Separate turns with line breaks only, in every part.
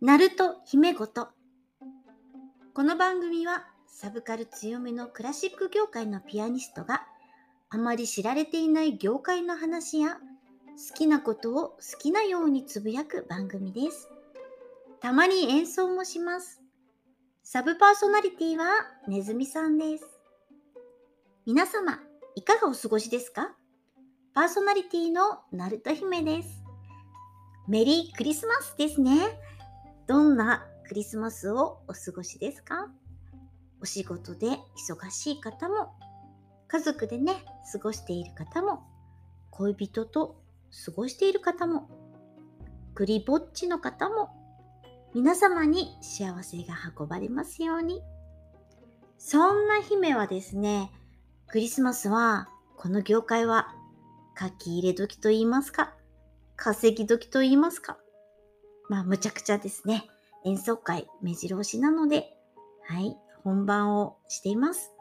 ナルト姫ごとこの番組はサブカル強めのクラシック業界のピアニストがあまり知られていない業界の話や好きなことを好きなようにつぶやく番組ですたまに演奏もしますサブパーソナリティはネズミさんです皆様いかがお過ごしですかパーソナリティのナルト姫ですメリークリスマスですねどんなクリスマスをお過ごしですかお仕事で忙しい方も家族でね過ごしている方も恋人と過ごしている方もクリぼっちの方も皆様に幸せが運ばれますようにそんな姫はですねクリスマスはこの業界は書き入れ時と言いますか稼ぎ時と言いますかまあむちゃくちゃですね演奏会目白押しなのではい本番をしています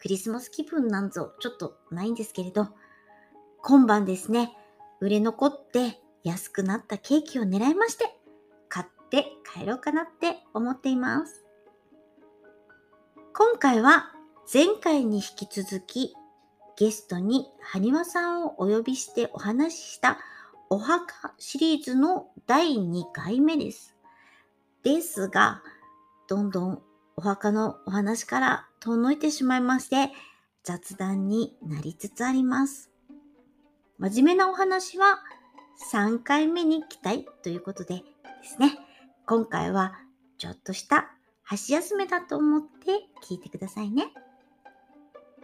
クリスマス気分なんぞちょっとないんですけれど今晩ですね売れ残って安くなったケーキを狙いまして買って帰ろうかなって思っています今回は前回に引き続きゲストに埴輪さんをお呼びしてお話ししたお墓シリーズの第2回目です。ですが、どんどんお墓のお話から遠のいてしまいまして、雑談になりつつあります。真面目なお話は3回目に期待ということでですね、今回はちょっとした箸休めだと思って聞いてくださいね。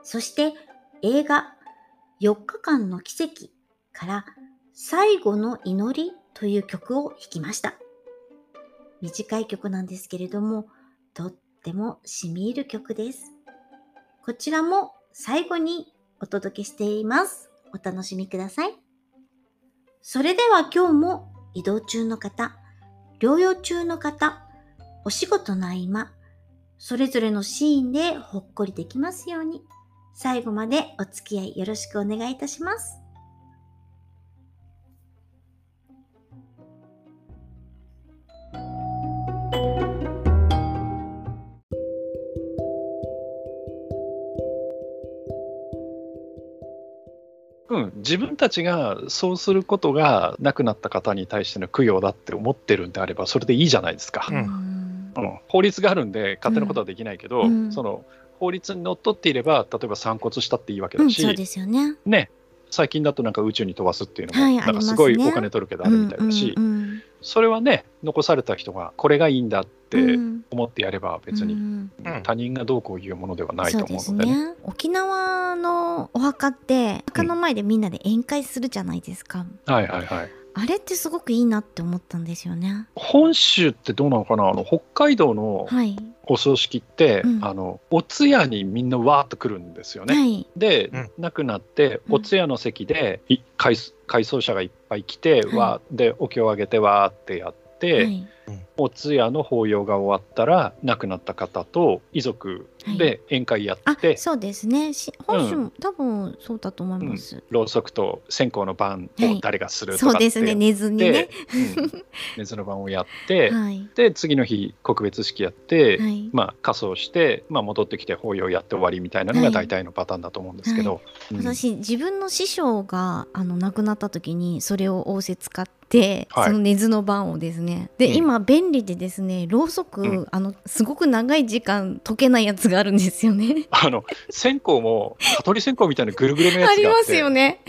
そして映画4日間の奇跡から最後の祈りという曲を弾きました。短い曲なんですけれども、とっても染み入る曲です。こちらも最後にお届けしています。お楽しみください。それでは今日も移動中の方、療養中の方、お仕事の合間、それぞれのシーンでほっこりできますように、最後までお付き合いよろしくお願いいたします。
うん、自分たちがそうすることが亡くなった方に対しての供養だって思ってるんであればそれでいいじゃないですか、うん、うん、法律があるんで勝手なことはできないけど、うん、その法律にのっとっていれば例えば散骨したっていいわけだし、
そうですよね
ね最近だとなんか宇宙に飛ばすっていうのも、はい、なんかすごいお金取るけどあるみたいだし、うんうんうん、それはね残された人がこれがいいんだって思ってやれば別に、うんうん、他人がどうこういうものではないと思うので、ね,、ね
沖縄のお墓って墓の前でみんなで宴会するじゃないですか、
うん、はいはいはい
あれってすごくいいなって思ったんですよね
本州ってどうなのかなあの北海道のお葬式って、はいうん、あのお通夜にみんなわーっと来るんですよね、はい、で、うん、亡くなってお通夜の席で、うん、回回送者がいっぱい来て、はい、わでお経をあげてわーってやって、はい、お通夜の法要が終わったら亡くなった方と遺族で宴会やって、はい、
そうですね本州も、うん、多分そうだと思います、うん、
ろうそくと線香の晩を誰がすると
か、はい、そうですね寝ずにね、
うん、寝ずの晩をやって、はい、で次の日告別式やって、まあ仮装して、まあ、戻ってきて法要やって終わりみたいなのが大体のパターンだと思うんですけど、
私自分の師匠があの亡くなった時にそれを仰せ使って、その寝ずの晩をですねで、今便利でですねろうそく、あのすごく長い時間溶けないやつがあるんですよね。
あの線香も蚊取り線香みたいなぐるぐるのやつがあ
りますよね。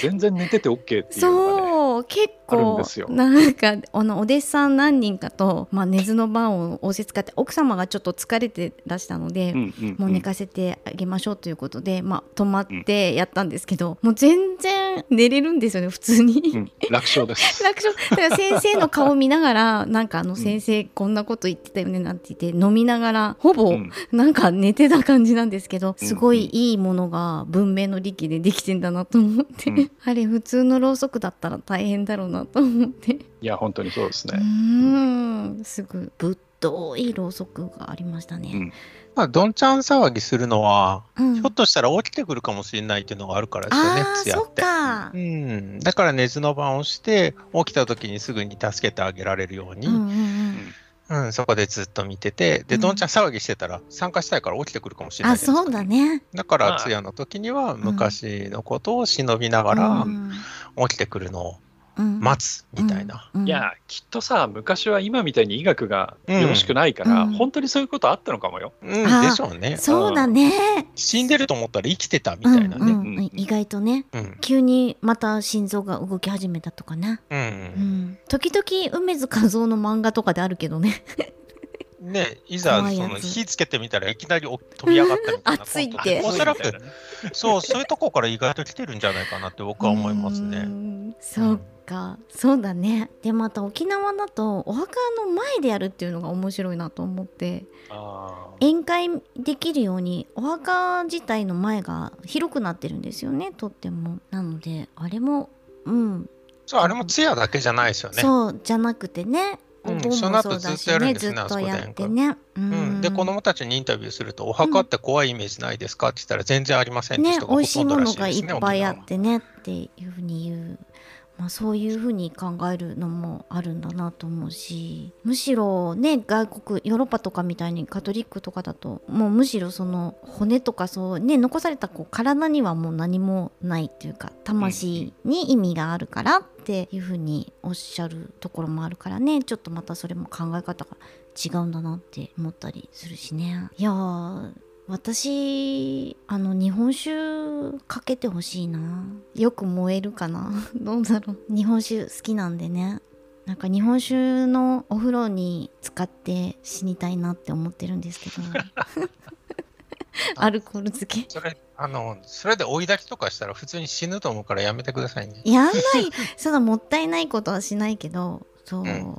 全然寝てて OK っていう、
のが、ね、そう結構なんかあのお弟子さん何人かと、まあ、寝ずの晩を仰せ使って奥様がちょっと疲れてらしたので、うんうんうん、もう寝かせてあげましょうということで、まあ、泊まってやったんですけど、うん、もう全然寝れるんですよね普通に、うん
楽勝です
楽勝だから先生の顔見ながらなんかあの先生こんなこと言ってたよねなんて言って飲みながらほぼ、うんなんか寝てた感じなんですけどすごいいいものが文明の利器でできてんだなと思って、うん、 あれ普通のろうそくだったら大変だろうなと思ってい
や本当にそうですね
うんすぐぶっといろうそくがありましたね、うん
まあ、どんちゃん騒ぎするのは、うん、ひょっとしたら起きてくるかもしれないっていうのがあるからですよね、つやって。うん、だから熱の番をして、起きた時にすぐに助けてあげられるように、うんうんうん、うん、そこでずっと見てて、で、どんちゃん騒ぎしてたら、参加したいから起きてくるかもしれない、
ね、あ、そうだね。
だから、通夜の時には、昔のことを忍びながら、起きてくるのを。待つみたいな、
うんうん、いやきっとさ昔は今みたいに医学がよろしくないから、うん、本当にそういうことあったのかもよ、
うん、でしょうね
そうだね
死んでると思ったら生きてたみたいなね、うん
うん、意外とね、急にまた心臓が動き始めたとかね、うん時々梅津和夫の漫画とかであるけどね
ね、いざその火つけてみたらいきなり飛び上がったみたい な
熱いって
おそらくそうそういうとこから意外と来てるんじゃないかなって僕は思いますね。
うそうか、そうだねでまた沖縄だとお墓の前でやるっていうのが面白いなと思って宴会できるようにお墓自体の前が広くなってるんですよねとってもなのであれもうん
そうあれも通夜だけじゃないですよね
そうじゃなくてね
うん、その後ずっとやるんですね、あそこで、ねうん、で、子供たちにインタビューすると、お墓って怖いイメージないですかって言ったら、全然ありません
ね。美味しいものがいっぱいあってねっていうふうに言う。まあ、そういうふうに考えるのもあるんだなと思うしむしろね外国ヨーロッパとかみたいにカトリックとかだともうむしろその骨とかそうね残されたこう体にはもう何もないっていうか魂に意味があるからっていうふうにおっしゃるところもあるからねちょっとまたそれも考え方が違うんだなって思ったりするしね。いや私あの日本酒かけてほしいなよく燃えるかなどうだろう日本酒好きなんでねなんか日本酒のお風呂に使って死にたいなって思ってるんですけどアルコール漬け
それあのそれで追い出きとかしたら普通に死ぬと思うからやめてくださいね
やんないそのもったいないことはしないけどそう、うん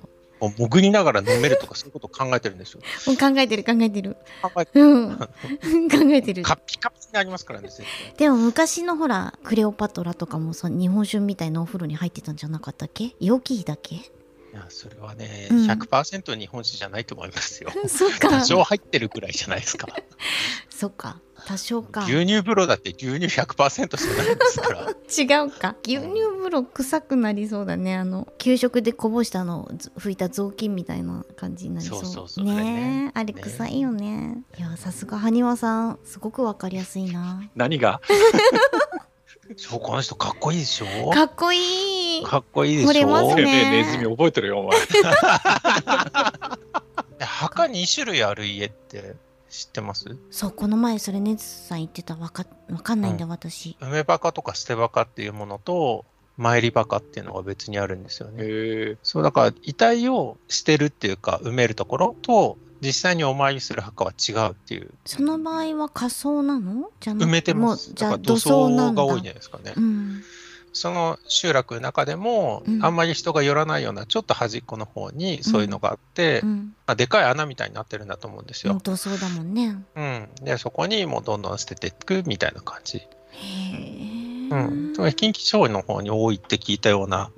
潜りながら飲めるとかそういうこと考えてるんですよ。
もう考えてる考えてる。考えてる。うん、考えてる。
カピカピになりますからね。
でも昔のほらクレオパトラとかもそ日本酒みたいなお風呂に入ってたんじゃなかったっけ？陽気だけ？
いやそれはね、うん、100%日本酒じゃないと思いますよ。
そう か。
多少入ってるくらいじゃないですか。
そうか。多少か。
牛乳風呂だって牛乳100%しかないですから。
違うか。牛乳風呂臭くなりそうだね。あの給食でこぼしたのを拭いた雑巾みたいな感じになりそう。そうそうね、ね、あれ臭いよね。ねいやさすが埴輪さんすごくわかりやすいな。
何が？
そうこの人かっこいいでしょ
かっこい
いかっこいいでしょ惚れま す
ねネズミ覚えてるよお前
墓2種類ある家って知ってます
そうこの前それネズさん言ってたわかわかんないんだ、うん、私
梅バカとか捨てバカっていうものと参りバカっていうのが別にあるんですよねそうだから遺体を捨てるっていうか埋めるところと実際にお参りする墓は違うっていう
その場合は仮想なの
じゃ埋めてますじゃ土葬が多いんじゃないですかね、うん、その集落の中でも、うん、あんまり人が寄らないようなちょっと端っこの方にそういうのがあって、うん、まあ、でかい穴みたいになってるんだと思うんですよ、
土葬だもんね、
うん、でそこにもうどんどん捨てていくみたいな感じへえうん、近畿地方の方に多いって聞いたような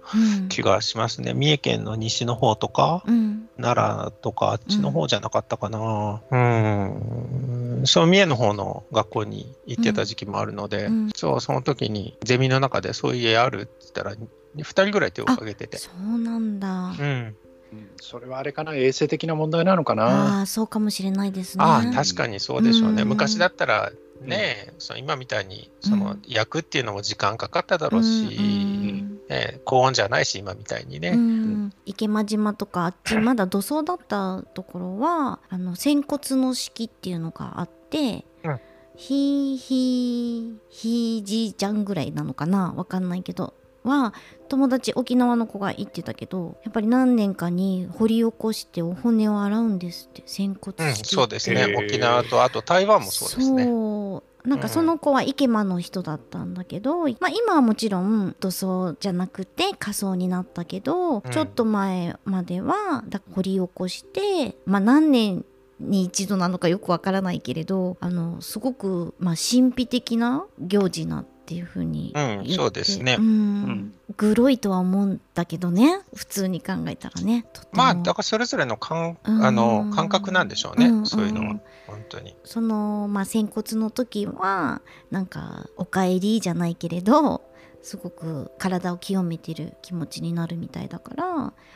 気がしますね、うん、三重県の西の方とか、うん、奈良とかあっちの方じゃなかったかな、うん、うん、その三重の方の学校に行ってた時期もあるので、そうその時にゼミの中でそういう家あるって言ったら2人ぐらい手を挙げてて
そうなんだ、
うん
それはあれかな衛生的な問題なのか
なあそうかもしれないですね、
あ確かにそうでしょうね、昔だったらねえ、うん、その今みたいにその焼くっていうのも時間かかっただろうし、うんうん、ね、高温じゃないし今みたいにね、うん
池間島とかあっちまだ土葬だったところはあの仙骨の式っていうのがあって、うんひーひーひいじいちゃんぐらいなのかなわかんないけどは友達沖縄の子が言ってたけどやっぱり何年かに掘り起こしてお骨を洗うんですって仙骨、うん、
そうですね、えー、沖縄とあと台湾もそうですね
なんかその子はイケマの人だったんだけど、うん、まあ、今はもちろん土葬じゃなくて仮葬になったけど、うん、ちょっと前までは掘り起こして、まあ、何年に一度なのかよくわからないけれどあのすごくまあ神秘的な行事なっていうふうに
言って、うん、そうですね、
うん、グロいとは思うんだけどね普通に考えたらね
まあだからそれぞれのかんあの感覚なんでしょうね、うんうん、そういうのは本当に
そのまあ仙骨の時はなんか「おかえり」じゃないけれどすごく体を清めてる気持ちになるみたいだか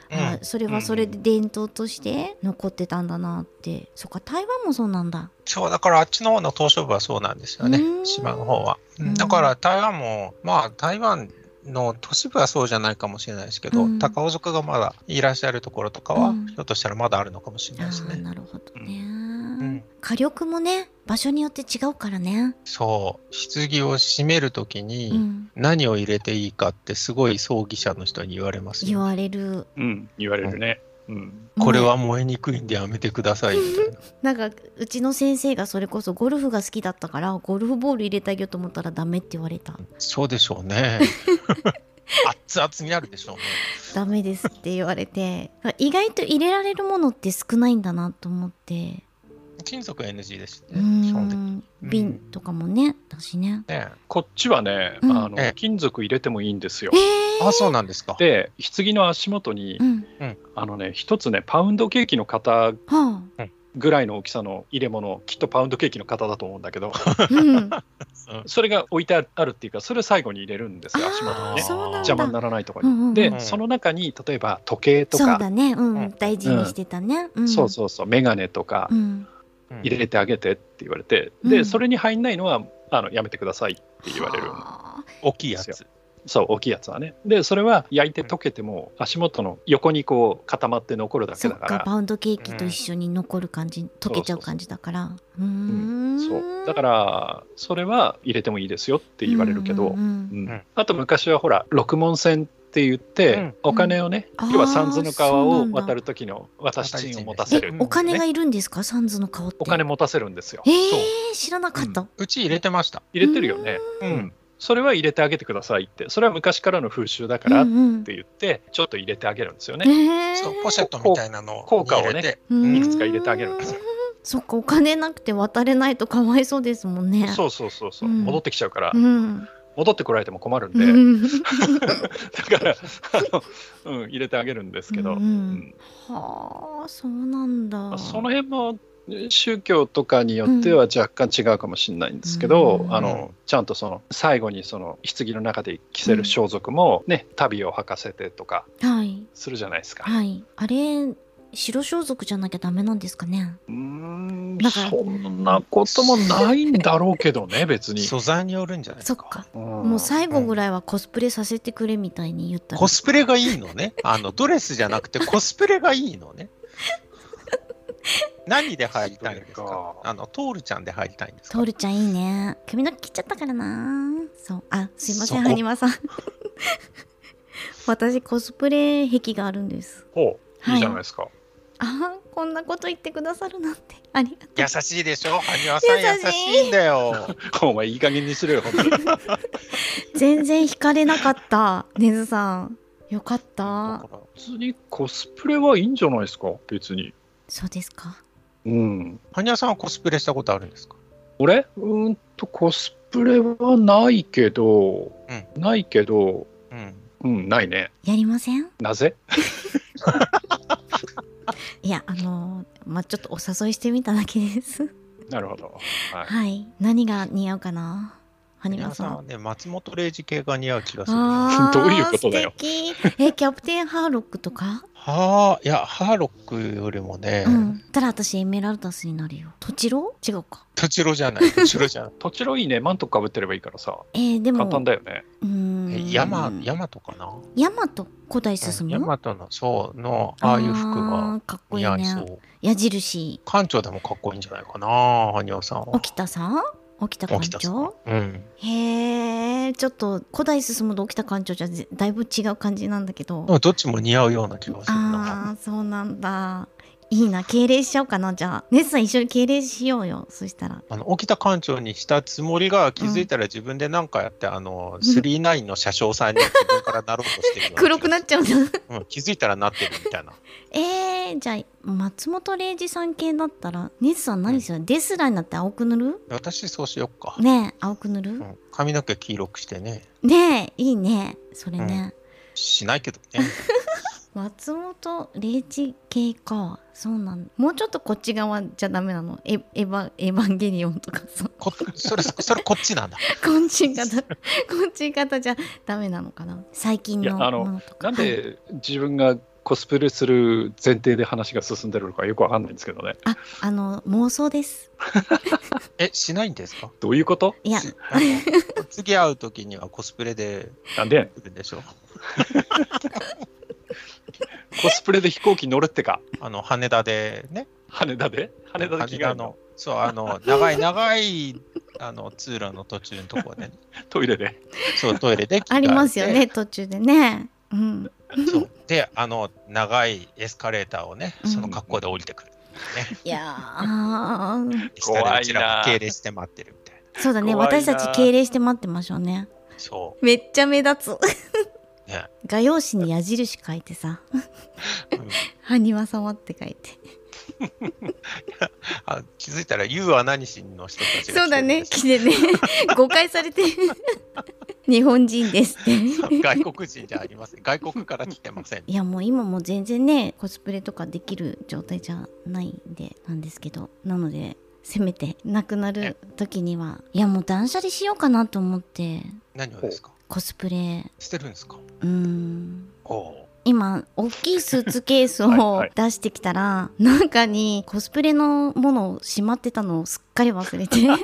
ら、うん、それはそれで伝統として残ってたんだなって、うん、そっか台湾もそうなんだ
そうだからあっちの方の島しょ部はそうなんですよね島の方はだから台湾もまあ台湾の都市部はそうじゃないかもしれないですけど、うん、高尾族がまだいらっしゃるところとかは、ひょっとしたらまだあるのかもしれないですね。
なるほどね、うん、火力もね場所によって違うからね
そう棺を閉める時に何を入れていいかってすごい葬儀社の人に言われます、
ね、言われる
うん言われるね、うん、
これは燃えにくいんでやめてくださいみ
たいななんかうちの先生がそれこそゴルフが好きだったからゴルフボール入れてあげようと思ったらダメって言われた
そうでしょう ね熱々になるでしょうね
ダメですって言われて意外と入れられるものって少ないんだなと思って
金属 NG です
ね、基本的に。瓶とかもね、だしね。
ねこっちはね、うん、あの、ええ、金属入れてもいいんですよ。
えー、あ、そうなんですか。
で、棺の足元に、うん、あのね、一つね、パウンドケーキの型ぐらいの大きさの入れ物、きっとパウンドケーキの型だと思うんだけど、 うん、それが置いてあるっていうか、それ最後に入れるんですよ、足元にね。邪魔にならないとかに。うんうんうん、で、その中に、例えば時計とか。
そうだね、うん、大事にしてたね。
そうそうそう、眼鏡とか。入れてあげてって言われて、うん、でそれに入んないのはあのやめてくださいって言われる
大きいやつ
そう大きいやつはねでそれは焼いて溶けても足元の横にこう固まって残るだけだから
パウンドケーキと一緒に残る感じ、うん、溶けちゃう感じだからうん
そうだからそれは入れてもいいですよって言われるけど、うん、うん、あと昔はほら六文銭って言って、うん、お金をね、うん、要は三途の川を渡る時の渡し賃を持たせる、
お金がいるんですか三途の川って
お金持たせるんですよ
えー、知らなかった、うん、
うち入れてました
入れてるよねうんそれは入れてあげてくださいってそれは昔からの風習だからって言って、ちょっと入れてあげるんですよね、うん
うん、そうポシェットみたいなのを
効果をねいくつか入れてあげるんですよ
そっかお金なくて渡れないとかわいそうですもんね、
そうそうそうそう、戻ってきちゃうから、うん戻ってこられても困るんで、うん、だからあの、うん、入れてあげるんですけど、うんうん
はあそうなんだ
その辺も宗教とかによっては若干違うかもしれないんですけど、うん、あのちゃんとその最後にその棺の中で着せる装束もね、うん、旅を履かせてとかするじゃないですか。
はい、はい、あれ白装束じゃなきゃダメなんですかね
うんそんなこともないんだろうけどね別に
素材によるんじゃない
そっか、うん、もう最後ぐらいはコスプレさせてくれみたいに言ったら、
コスプレがいい のねあのドレスじゃなくてコスプレがいいのね何で入りたいんですかあのトールちゃんで入りたいんです
トールちゃんいいね髪の毛切っちゃったからなそうあすいません埴輪さん私コスプレ癖があるんです
ほういいじゃないですか、はい
あこんなこと言ってくださるなんてありがと
優しいでしょ羽生さん優しいんだよ
お前いい加減にするよ
全然惹かれなかったねずさんよかった
普通にコスプレはいいんじゃないですか別に
そうですか
うん
羽生さんはコスプレしたことあるんですか
俺うんとコスプレはないけど、うん、ないけどうん、うん、ないね
やりません
なぜ
いやあのー、まあちょっとお誘いしてみただけです
なるほど。
はい、はい、何が似合うかな。羽生さんは
ね松本零士系が似合う気がする。
どういうことだよ。
えキャプテンハーロックとか？
はあいやハーロックよりもね。
うん。たら私エメラルダスになるよ。トチロ？違うか。
トチロじゃない。トチロじゃない。
トチロいいね。マントかぶってればいいからさ。
えー、でも
簡単だよね。
うん。
山山とかな。
山と古代進む。
山とのそうのああいう服が
かっこいいね。矢印。
館長でもかっこいいんじゃないかな。羽生さんは。
沖田さん？沖田館長、
うん、
へえちょっと古代進むと沖田館長じゃだいぶ違う感じなんだけど
どっちも似合うような気がする
ああそうなんだいいな敬礼しちゃおうかなじゃあネスさん一緒に敬礼しようよそしたら
あの沖田館長にしたつもりが気づいたら自分で何かやって、うん、あの39の車掌さんに自分からなろうとしてる
黒くなっちゃうじゃん、
うん、気づいたらなってるみたいな
えー、じゃあ松本零士さん系だったらネズさん何する、うん、デスラになって青く塗る
私そうしよっか、
ね青く塗る、うん
髪の毛黄色くしてね
ねいいねそれね、
うん、しないけどね
松本零士系かそうなんもうちょっとこっち側じゃダメなのエエヴァンゲリオンとかさ
それそれこっちなんだ
こっち方こっち方じゃダメなのかな最近の
あのなんで自分がコスプレする前提で話が進んでるのかよくわかんないんですけどね。
あ、あの妄想です。
え、しないんですか。
どういうこと？
いや、
次会う時にはコスプレで。
なんで？
るでし ょ。
コスプレで飛行機乗るっ てか。
あの羽田でね。
羽田で？羽田で着替えの。
そうあの長い長いあの通路の途中のとこで、ね、
トイレで。
そうトイレで
ありますよね途中でね。うん。
そうであの長いエスカレーターをねその格好で降りてくる、ね、
うん、いや
怖いな敬礼して待ってるみたい
なそうだね私たち敬礼して待ってましょうね
そう
めっちゃ目立
つ、ね、
画用紙に矢印書いてさ「埴輪様」って書いて
あ気づいたら「YOU は何しん」の人たち
そうだね来てね 誤解されて 日本人ですって
外国人じゃありません外国から来てません
いやもう今も全然ねコスプレとかできる状態じゃないんでなんですけどなのでせめて亡くなる時には、ね、いやもう断捨離しようかなと思って
何をですか
コスプレ
してるんですか
うん
お
今大きいスーツケースを出してきたらはい、中にコスプレのものをしまってたのをすっかり忘れて今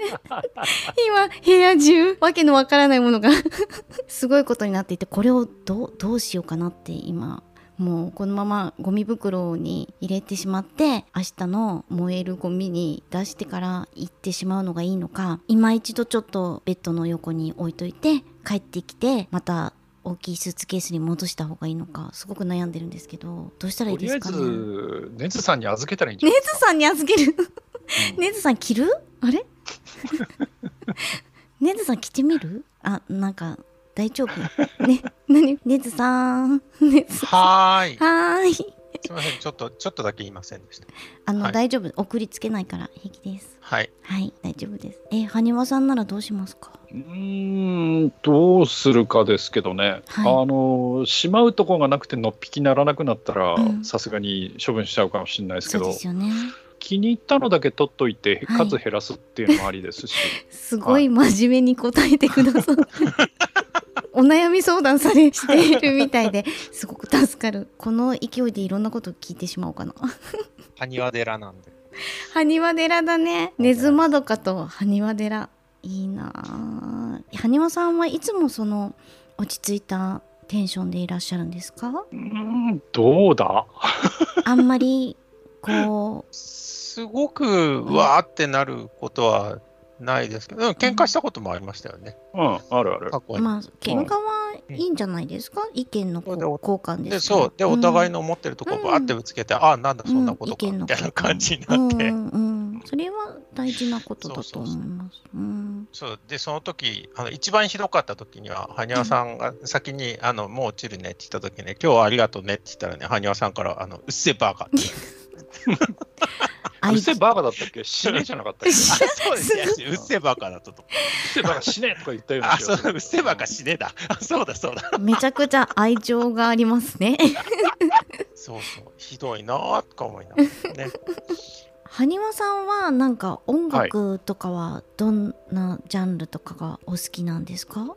部屋中わけのわからないものが すごいことになっていてこれをどどうしようかなって今もうこのままゴミ袋に入れてしまって明日の燃えるゴミに出してから行ってしまうのがいいのか今一度ちょっとベッドの横に置いといて帰ってきてまた大きいスーツケースに戻した方がいいのかすごく悩んでるんですけどどうしたらいいですか、ね、とり
あえずネズさんに預けたらいいんじゃないです
かネズさんに預けるネズさん着るあれ ネズさん着てみるあなんか大丈夫ね何ネズさん ネズ
はい
はい
すみませんちょっとちょっとだけ言いませんでした
あの、はい、大丈夫送りつけないから平気です
はい
はい大丈夫ですえ羽生さんならどうしますか
うんどうするかですけどね、はい、あのしまうとこがなくてのっぴきならなくなったらさすがに処分しちゃうかもしれないですけど、
ね、
気に入ったのだけ取っといて数減らすっていうのもありですし、はい、
すごい真面目に答えてくださ ってお悩み相談されしているみたいですごく助かるこの勢いでいろんなこと聞いてしまおうかな
埴輪寺なんで
埴輪寺だね根津まどかと埴輪寺いいな埴輪さんはいつもその落ち着いたテンションでいらっしゃるんですか
うんどうだ
あんまりこう
すごくわーってなることはないですけど、うん、喧嘩したこともありましたよね。、
うん、あるある。
まあ、喧嘩はいいんじの、うん、意見の交換です
ね、そう、で、お互いの思ってるとこばってぶつけて、うん、ああ、なんだ、そんなことか、みたいな感じになって。うん
うん、それは大事なことだと思います。
そう、で、その時、あの、一番ひどかった時には、羽生さんが先に、あの、もう落ちるねって言った時ね、今日はありがとうねって言ったらね、羽生さんから、あの、うっせえバーカって。
うっせえバカだったっけ死ねじゃなかったっけ
そうですね。うっせえバカだったと。う
っせえバカ死ねとか言ったような。
あ、そうだ、うっせえバカ死ねだ。あ、そうだ、そうだ。
めちゃくちゃ愛情がありますね。
そうそう、ひどいなとか思いながらね。
埴輪さんはなんか音楽とかはどんなジャンルとかがお好きなんですか、はい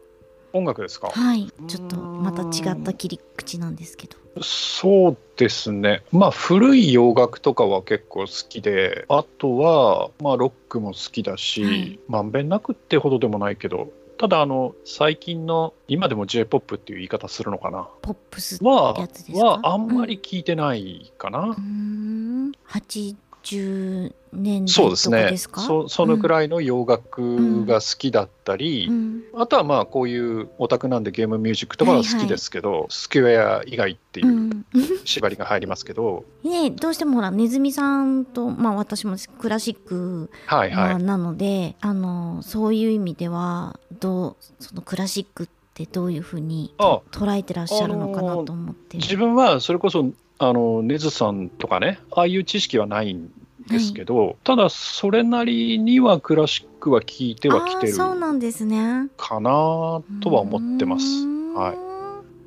音楽ですか
はいちょっとまた違った切り口なんですけど
そうですねまあ古い洋楽とかは結構好きであとはまあロックも好きだしまんべんなくってほどでもないけどただあの最近の今でも j p o p っていう言い方するのかな
ポップス、
ははあんまり聞いてないかな、うん
8 10年
そうですねそそのくらいの洋楽が好きだったり、うんうん、あとはまあこういうオタクなんでゲームミュージックとかは好きですけど、はいはい、スクエア以外っていう縛りが入りますけど、
うん、ねどうしてもほらネズミさんと、まあ、私もクラシックなので、はいはい、あのそういう意味ではどうそのクラシックってってどういうふうに捉えてらっしゃるのかなと思って、
自分はそれこそあの根津さんとかねああいう知識はないんですけど、はい、ただそれなりにはクラシックは聞いてはきてる
そうなんですね
かなとは思ってます。はい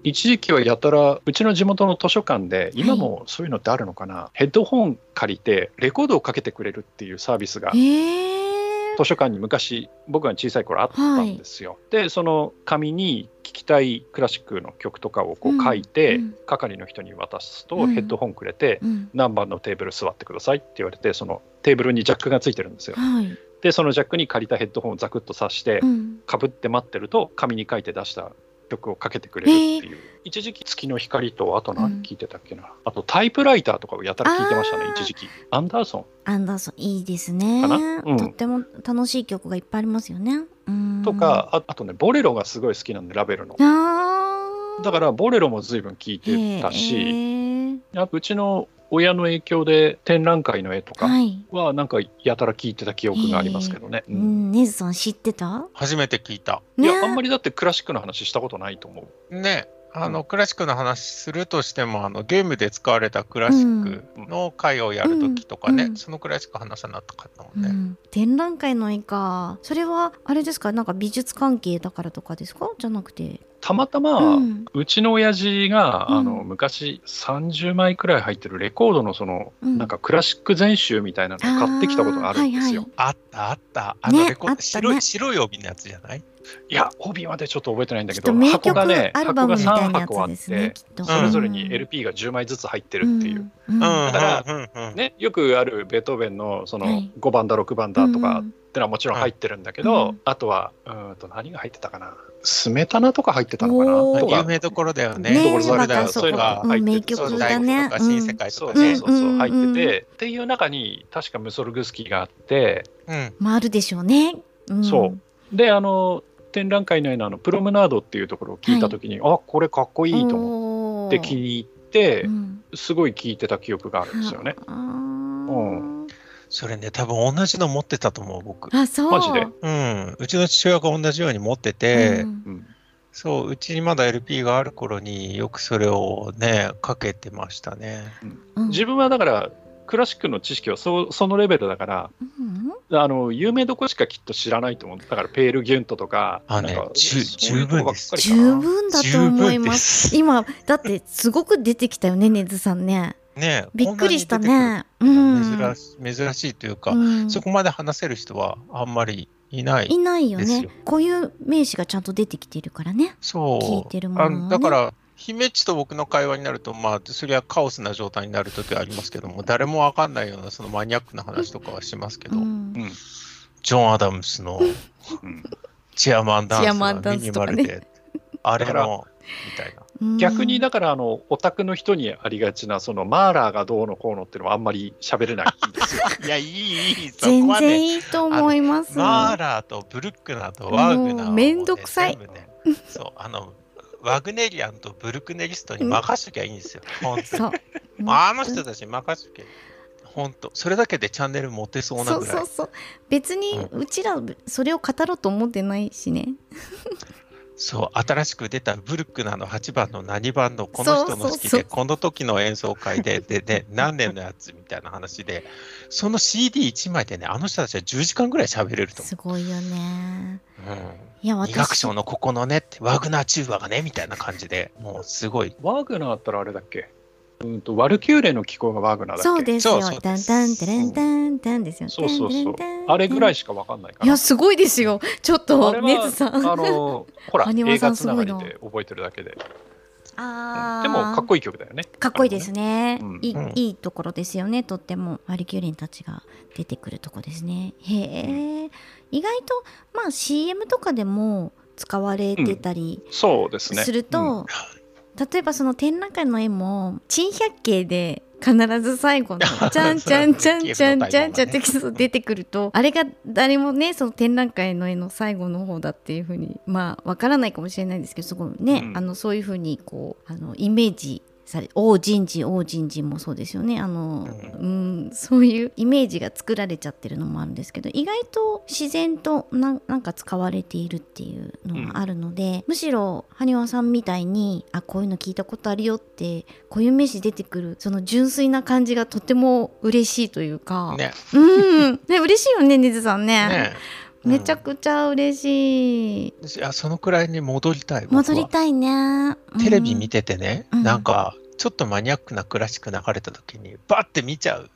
一時期はやたらうちの地元の図書館で今もそういうのってあるのかな、はい、ヘッドホン借りてレコードをかけてくれるっていうサービスが、えー、図書館に昔僕が小さい頃あったんですよ。はい、でその紙に聴きたいクラシックの曲とかをこう書いて、うん、係の人に渡すとヘッドホンくれて、うん、何番のテーブル座ってくださいって言われてそのテーブルにジャックがついてるんですよ。はいでそのジャックに借りたヘッドホンをザクッと挿して、うん、かぶって待ってると紙に書いて出した曲をかけてくれるっていう、えー、一時期「月の光」とあと何聞いてたっけな、うん、あとタイプライターとかをやたら聞いてましたね一時期アンダーソン
アンダーソンいいですね、うん、とっても楽しい曲がいっぱいありますよね
とかああとねボレロがすごい好きなんでラベルのだからボレロも随分聞いてたし、えー、うちの親の影響で展覧会の絵とかはなんかやたら聞いてた記憶がありますけど
は
ね。
い、えー、うん、ネズさん知ってた
初めて聞いた。
いや、ね、あんまりだってクラシックの話したことないと思
う。ねあのクラシックの話するとしてもあのゲームで使われたクラシックの回をやる時とかね、うんうん、そのクラシック話さなかったもんね、うん、
展覧会の絵かそれはあれですかなんか美術関係だからとかですかじゃなくて
たまたま、うちの親父が、あの昔30枚くらい入ってるレコードのその、なんかクラシック全集みたいなのを買ってきたことがあるんですよ、
あったあったあのレコード、白い白い帯のやつじゃない
いや、帯までちょっと覚えてないんだけど、箱がね、箱が3箱あって、それぞれに LP が10枚ずつ入ってるっていう。だから、ね、よくあるベートーベンのその5番だ、6番だとかってのはもちろん入ってるんだけど、あとは、うんと何が入ってたかな。スメタナとか入ってたのかなとか
有名どころだよね。
ところそれだよ。そういうのが入って
て、そうだね。
新世界と、
かね。そうそうそう入ってて、っていう中に確かムソルグスキーがあって、
まああるでしょうね。
そう。であの展覧会内のあのプロムナードっていうところを聞いた時に、はい、あこれかっこいいと思って気に入って、うん、すごい聞いてた記憶があるんですよね。うん
それね多分同じの持ってたと思う僕
あそう
マジで、
うん、うちの父親が同じように持ってて、うん、そううちにまだ LP がある頃によくそれをねかけてましたね、
うん、自分はだからクラシックの知識はそそのレベルだから、うん、あの有名どこしかきっと知らないと思うだからペール・ギュントとか
あ、ね、十十分
十分だと思います今だってすごく出てきたよねねずさんね。
ね
びっくりしたね。
うん、珍し珍しいというか、うん、そこまで話せる人はあんまりいない
いないよね。こういう名詞がちゃんと出てきてるからね。
そう
聞いてるもの、ね、
だから姫っちと僕の会話になると、まあ、そりゃカオスな状態になる時はありますけども、誰も分かんないようなそのマニアックな話とかはしますけど、うん、ジョン・アダムスの、うん、チアマンダンスがミニマルで、ね、あれも、みたいな。
逆にだからあのオタクの人にありがちなそのマーラーがどうのこうのっていうのはあんまり喋れないんですよ。
いやいいいい
そこは、ね、全然いいと思います。
マーラーとブルックナーとワーグナー、ね、
めんどくさい。
ね、そうあのワグネリアンとブルクネリストに任しときゃいいんですよ。うん、あの人たち任しときゃいい。本当それだけでチャンネル持てそうなぐらいそうそうそう
別にうちらそれを語ろうと思ってないしね
そう新しく出たブルックナの8番の何番のこの人の好きでこの時の演奏会でで、ね、何年のやつみたいな話でその CD1 枚でねあの人たちは10時間ぐらい喋れると
すごいよね。
うんいや私医学賞のここのねってワグナーチューバーがねみたいな感じでもうすごい
ワグナーったらあれだっけうんとワルキューレの気候がワグナーだっ
そ
け
うですよダンダンテレンダンダンですよ
そうそうそうあれぐらいしかわかんないから
いやすごいですよちょっとネズさん
あ のほら映画つながりで覚えてるだけで
あ
でもかっこいい曲だよね
かっこいいですねいいいところですよねとってもワルキューレンたちが出てくるとこですねへえ意外とまあ CM とかでも使われてたりすると、うんねうん、例えばその展覧会の絵も珍百景で必ず最後の「ちゃんちゃんちゃんちゃんちゃんちゃん」って出てくる とあれが誰もねその展覧会の絵の最後の方だっていうふうにまあわからないかもしれないんですけどすごいね、うん、あのそういうふうにこうあのイメージされ王人事王人事もそうですよねあの、うん、そういうイメージが作られちゃってるのもあるんですけど意外と自然とななんか使われているっていうのがあるので、うん、むしろ羽生さんみたいにあこういうの聞いたことあるよって固有名詞出てくるその純粋な感じがとても嬉しいというか、
ね、
うん ね嬉しいよねねずさんね,ねめちゃくちゃ嬉しい。
うん、いやそのくらいに戻りたい。
戻りたいね。
テレビ見ててね、うん、なんかちょっとマニアックなクラシック流れた時にバッて見ちゃう、
ね。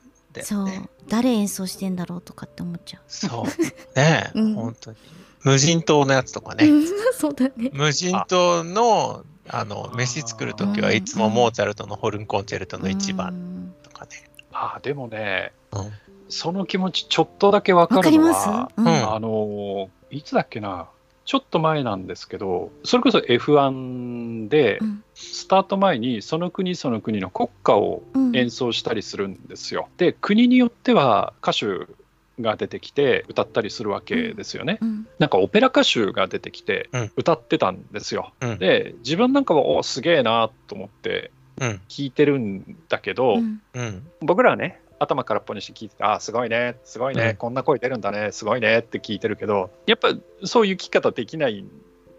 そう誰演奏してんだろうとかって思っちゃう
そうね、うん、本当に無人島のやつとかね
そうだね
無人島のあの飯作る時はいつもモーツァルトの「ホルンコンチェルト」の一番とかね、
うん、あでもね、うん、その気持ちちょっとだけわかるのは、うん、あのいつだっけなちょっと前なんですけどそれこそ F1 で、うん、スタート前にその国その国の国歌を演奏したりするんですよ。うん、で国によっては歌手が出てきて歌ったりするわけですよね。うん、なんかオペラ歌手が出てきて歌ってたんですよ。で自分なんかもおすげえなと思って聞いてるんだけど、僕らはね頭空っぽにして聞いてああすごいねすごいね、うん、こんな声出るんだねすごいねって聞いてるけどやっぱそういう聞き方できない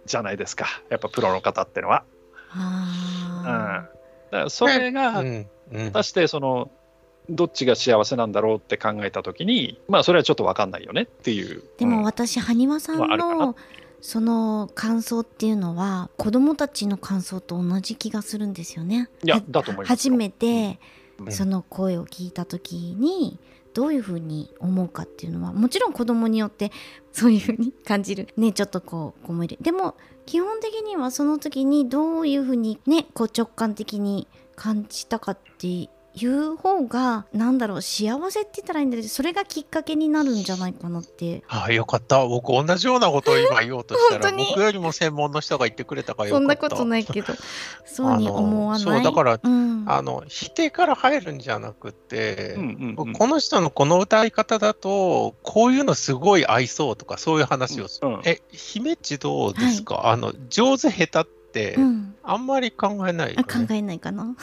じゃないですかやっぱプロの方ってのは。
あ
うん、だそれが、ね、果たしてそのどっちが幸せなんだろうって考えた時にまあそれはちょっと分かんないよねっていう。
でも私、うん、埴輪さんのその感想っていうのは子供たちの感想と同じ気がするんですよね。
いやだと思います
初めて、その声を聞いた時にどういうふうに思うかっていうのはもちろん子供によって そういうふうに感じるねちょっとこう子もいるでも基本的にはその時にどういうふうにねこう直感的に感じたかっていう方がなんだろう幸せって言ったらいいんだけどそれがきっかけになるんじゃないかなって
ああよかった僕同じようなことを今言おうとしたら僕よりも専門の人が言ってくれたからよ
かったそんなことないけ どそうに思わない
そうだから、うん、あの否定から入るんじゃなくて、うんうんうん、この人のこの歌い方だとこういうのすごい合いそうとかそういう話をする、うんうん、え姫地どうですか、はい、あの上手下手って、うん、あんまり考えない、ね、
考えないかな、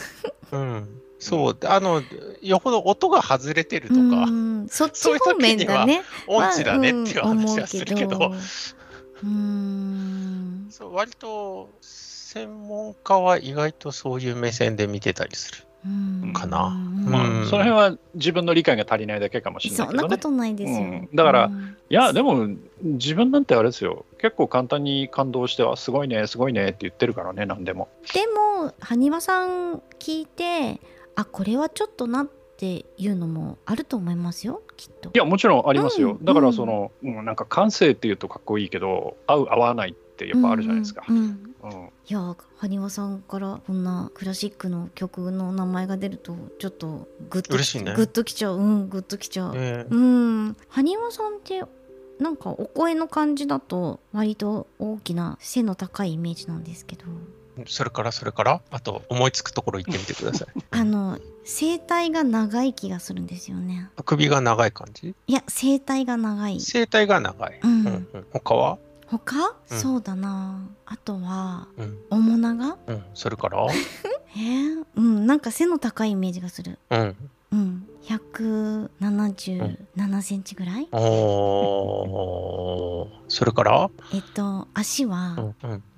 うんそう、あの、よほど音が外れてるとか、うん
そっち方面だね。
音痴だねっていう話はするけど。まあ、
うん。
そう、割と専門家は意外とそういう目線で見てたりする。かな、
まあ、その辺は自分の理解が足りないだけかもしれないけど、ね、
そんなことないですよ、うん、
だから、いやでも自分なんてあれですよ結構簡単に感動してはすごいねすごいねって言ってるからね何でも
でも埴輪さん聞いてあこれはちょっとなっていうのもあると思いますよきっとい
やもちろんありますよ、うん、だからその、うん、なんか感性っていうとかっこいいけど合う合わないってやっぱあるじゃないですか、
うん、うん、いや埴輪さんからこんなクラシックの曲の名前が出るとちょっとグッと
嬉しいね
グッときちゃううんグッときちゃう、ね、うん埴輪さんってなんかお声の感じだと割と大きな背の高いイメージなんですけど
それからそれからあと思いつくところ行ってみてください
あの声帯が長い気がするんですよね
首が長い感じ
いや声帯が長い
声帯が長い、うん、うん、うん、他は
他、うん、そうだなあとは、うん、おもなが、
うん、それから
えー、うんなんか背の高いイメージがする
うん
うん、177センチぐらい、
うん、おそれから
えっと足は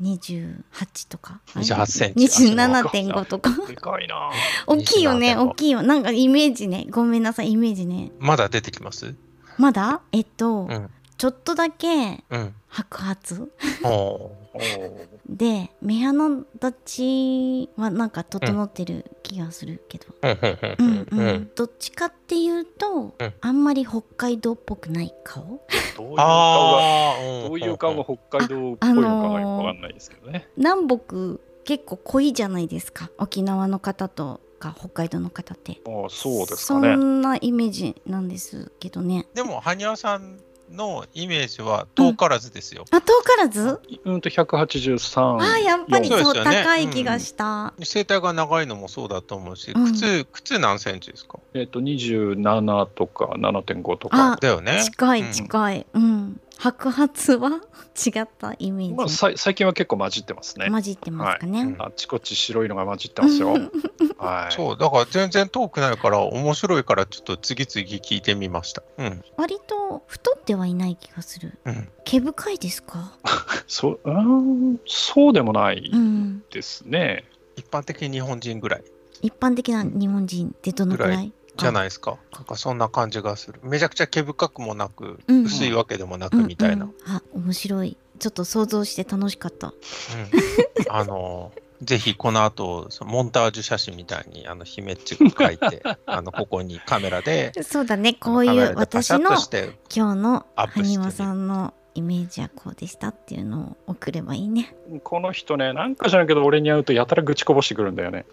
28とか、
うんうん、28セン
チ27.5とか
でかいな
大きいよね大きいよなんかイメージねごめんなさいイメージね
まだ出てきます
まだえっと、うん、ちょっとだけ白髪、で目鼻立ちはなんか整ってる気がするけど、うん、うんうんどっちかっていうと、うん、あんまり北海道っぽくない顔
どういう顔がどういう顔が北海道っぽいのかがよくわかんないですけどね、
あのー、南北結構濃いじゃないですか沖縄の方とか北海道の方って
あそうです
か、ね、そんなイメージなんですけどね
でも羽生さんのイメージは遠からずですよ。
うん、あ遠からず？
うんと百八十三。
あやっぱりそう、ね、高い気がした、
うん、声帯が長いのもそうだと思うし、靴、うん、靴何センチですか？
えっ、ー、と二十七とか七点五とか
だよね。、
近い近い。うん。白髪は違ったイメージ、
まあ、さ最近は結構混じってますね
混じってますかね、はいうん、
あちこち白いのが混じってますよ、はい
そうだから全然遠くないから面白いからちょっと次々聞いてみました、うん、
割と太ってはいない気がする、うん、毛深いですか
そうんそうでもないですね、
一般的日本人ぐらい
一般的な日本人ってどのくらい
じゃないですか。なんかそんな感じがする。めちゃくちゃ毛深くもなく、うん、薄いわけでもなくみたいな。うんうん、
あ、面白い。ちょっと想像して楽しかった。うん、
あのーぜひこの後モンタージュ写真みたいにあの姫っちが書い てあのここにカメラで
そうだねこういう私の今日の埴輪さんのイメージはこうでしたっていうのを送ればいいね
この人ねなんかじゃないけど俺に会うとやたら愚痴こぼしてくるんだよね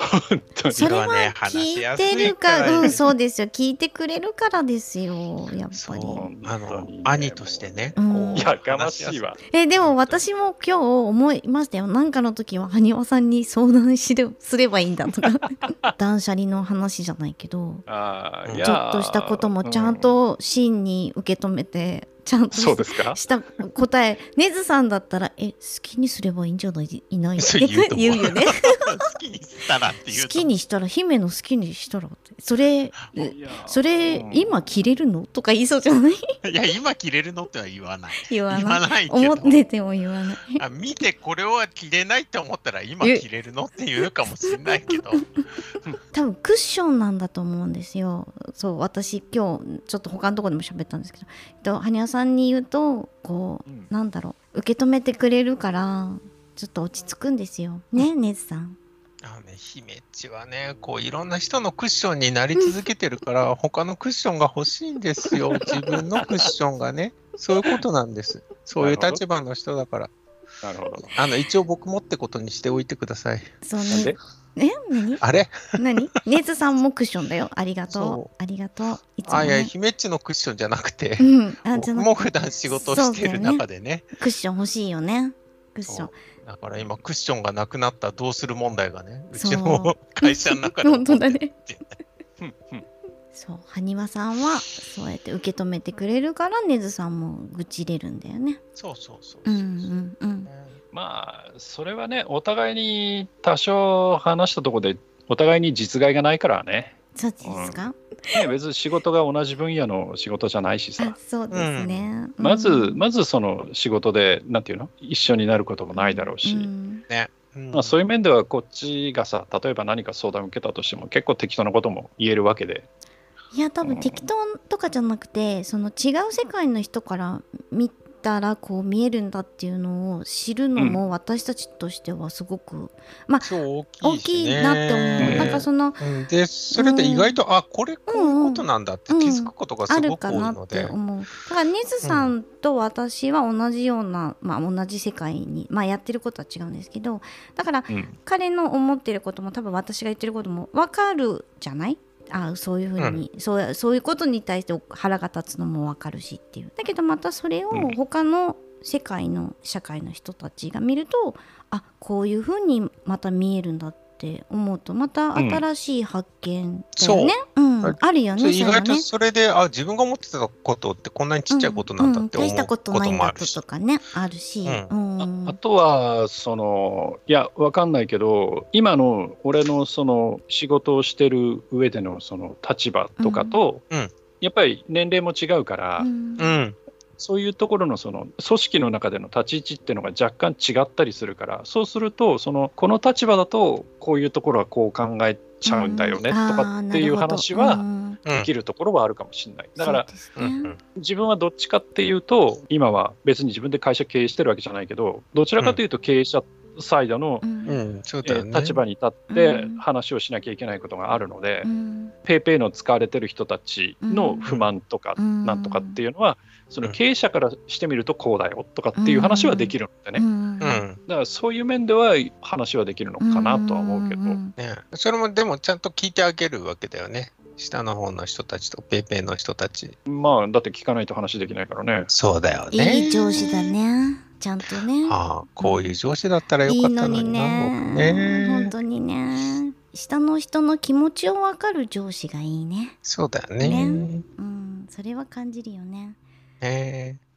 それは聞いてるか、ね、うん そうですよ聞いてくれるからですよやっぱり
あの兄としてね、
うん、いやがましいわ
えでも私も今日思いましたよなんかの時は埴輪さんに相談しれすればいいんだと か断捨離の話じゃないけどあちょっとしたこともちゃんと真に受け止めて、うんちゃんとした答えねずさんだったら「え好きにすればいいんじゃないいない?」って 言うよね
好きにしたらって
好きにしたら姫の好きにしたらってそれそれ、うん、今着れるのとか言いそうじゃない
いや今着れるのっては言わない
言わない思ってても言わない
あ見てこれは着れないって思ったら今着れるのって言うかもしれないけど
多分クッションなんだと思うんですよそう私今日ちょっと他のとこでも喋ったんですけど羽生さんに言うとこう、うん、なんだろう受け止めてくれるからちょっと落ち着くんですよねねずさん。
あのね、姫っちはねこういろんな人のクッションになり続けてるから他のクッションが欲しいんですよ自分のクッションがねそういうことなんですそういう立場の人だから
なるほど
あの一応僕もってことにしておいてください
そうねえ何
あれ
何ネズさんもクッションだよ。ありがとう。ありがとう。
いつも、ね、あいや、姫っちのクッションじゃなくて、うん、あじゃなくて僕も普段仕事してる中でね、ね、
クッション欲しいよね。クッション。
だから今、クッションがなくなったどうする問題がね、うちの会社の中
で。 本当だね。そう、埴輪さんはそうやって受け止めてくれるから、ねずさんも愚痴れるんだよね。
そうそうそう
うんうんうん。
まあ、それはね、お互いに多少話したところで、お互いに実害がないからね。
そうですか、
うん、ね、別に仕事が同じ分野の仕事じゃないしさ
そうですね、うん
うん、まずまずその仕事でなんていうの一緒になることもないだろうし、
ね
まあ、そういう面ではこっちがさ例えば何か相談を受けたとしても結構適当なことも言えるわけで
いや多分適当とかじゃなくて、その違う世界の人から見てたらこう見えるんだっていうのを知るのも私たちとしてはすごく、うん、まあ大きい、ね,、なって思う。なんかその、
うん、でそれで意外と、うん、あこれこういうことなんだって気づくことがすごく多
う
いので、
ん、あるかなって思う。だからネズさんと私は同じような、まあ同じ世界にまあやってることは違うんですけど、だから彼の思ってることも多分私が言ってることもわかるじゃない？あそういうふうに、うん、そうそういうことに対して腹が立つのも分かるしっていうだけどまたそれを他の世界の社会の人たちが見ると、うん、あこういうふうにまた見えるんだって思うとまた新しい発見だよね、うん、うん、あるよね
意外とそれで、ね、あ自分が思ってたことってこんなにちっちゃいことなんだって思うこともあるし、うんうん、大したことないこと、
とかねあるし、
うんあとはそのいやわかんないけど今の俺のその仕事をしてる上でのその立場とかと、うん、やっぱり年齢も違うから、うんそういうところのその組織の中での立ち位置っていうのが若干違ったりするからそうするとそのこの立場だとこういうところはこう考えちゃうんだよねとかっていう話はできるところはあるかもしれない、だから、ね、自分はどっちかっていうと今は別に自分で会社経営してるわけじゃないけどどちらかというと経営者サイドの、うんうん、立場に立って話をしなきゃいけないことがあるので、うん、ペイペイの使われてる人たちの不満とかなんとかっていうのは、その経営者からしてみるとこうだよとかっていう話はできるのでね、うんだからそういう面では話はできるのかなとは思うけど、ね、
それもでもちゃんと聞いてあげるわけだよね下の方の人たちとペイペイの人たち
まあだって聞かないと話できないからね
そうだよね
いい上司だねちゃんとね、
はあ、こういう上司だったらよかったのに
ね、ね、本当にね下の人の気持ちを分かる上司がいいね
そうだよね、ね、
うん、それは感じるよね
えー